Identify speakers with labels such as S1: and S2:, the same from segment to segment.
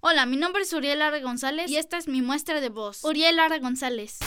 S1: Hola, mi nombre es Uriel Lara González y esta es mi muestra de voz. Uriel Lara González.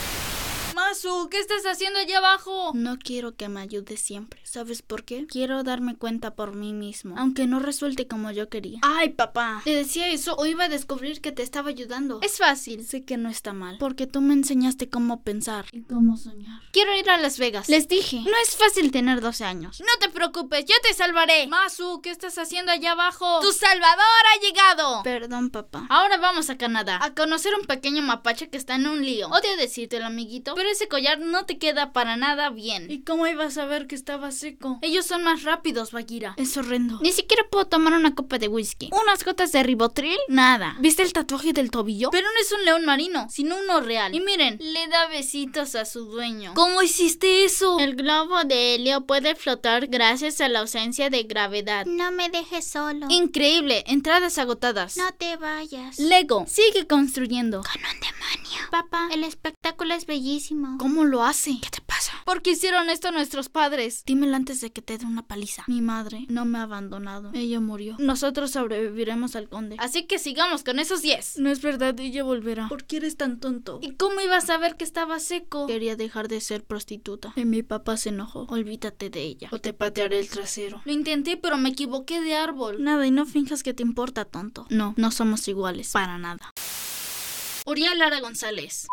S2: Masu, ¿qué estás haciendo allá abajo?
S1: No quiero que me ayudes siempre. ¿Sabes por qué? Quiero darme cuenta por mí mismo, aunque no resulte como yo quería.
S2: Ay, papá.
S1: Te decía eso o iba a descubrir que te estaba ayudando. Es fácil. Sé que no está mal, porque tú me enseñaste cómo pensar y cómo soñar. Quiero ir a Las Vegas. Les dije, no es fácil tener 12 años.
S2: No te preocupes, yo te salvaré. Masu, ¿qué estás haciendo allá abajo?
S1: ¡Tu salvador ha llegado! Perdón, papá.
S2: Ahora vamos a Canadá,
S1: A conocer un pequeño mapache que está en un lío. Odio decírtelo, amiguito, pero ese collar no te queda para nada bien.
S2: ¿Y cómo ibas a saber que estaba seco?
S1: Ellos son más rápidos, Bagheera.
S2: Es horrendo.
S1: Ni siquiera puedo tomar una copa de whisky. Unas gotas de ribotril, nada.
S2: ¿Viste el tatuaje del tobillo?
S1: Pero no es un león marino, sino uno real. Y miren, le da besitos a su dueño.
S2: ¿Cómo hiciste eso?
S1: El globo de helio puede flotar gracias a la ausencia de gravedad.
S3: No me dejes solo.
S2: Increíble, entradas agotadas.
S3: No te vayas.
S1: Lego, sigue construyendo.
S3: Con un demonio. Papá, el espectáculo es bellísimo.
S2: ¿Cómo lo hace?
S3: ¿Qué te pasa?
S2: ¿Por qué hicieron esto nuestros padres?
S1: Dímelo antes de que te dé una paliza.
S2: Mi madre no me ha abandonado. Ella murió.
S1: Nosotros sobreviviremos al conde.
S2: Así que sigamos con esos 10.
S1: No es verdad, ella volverá.
S2: ¿Por qué eres tan tonto?
S1: ¿Y cómo ibas a saber que estaba seco?
S2: Quería dejar de ser prostituta.
S1: Y mi papá se enojó. Olvídate de ella.
S2: O te patearé el trasero.
S1: Lo intenté, pero me equivoqué de árbol.
S2: Nada, y no finjas que te importa, tonto.
S1: No, no somos iguales. Para nada.
S2: Uriel Lara González.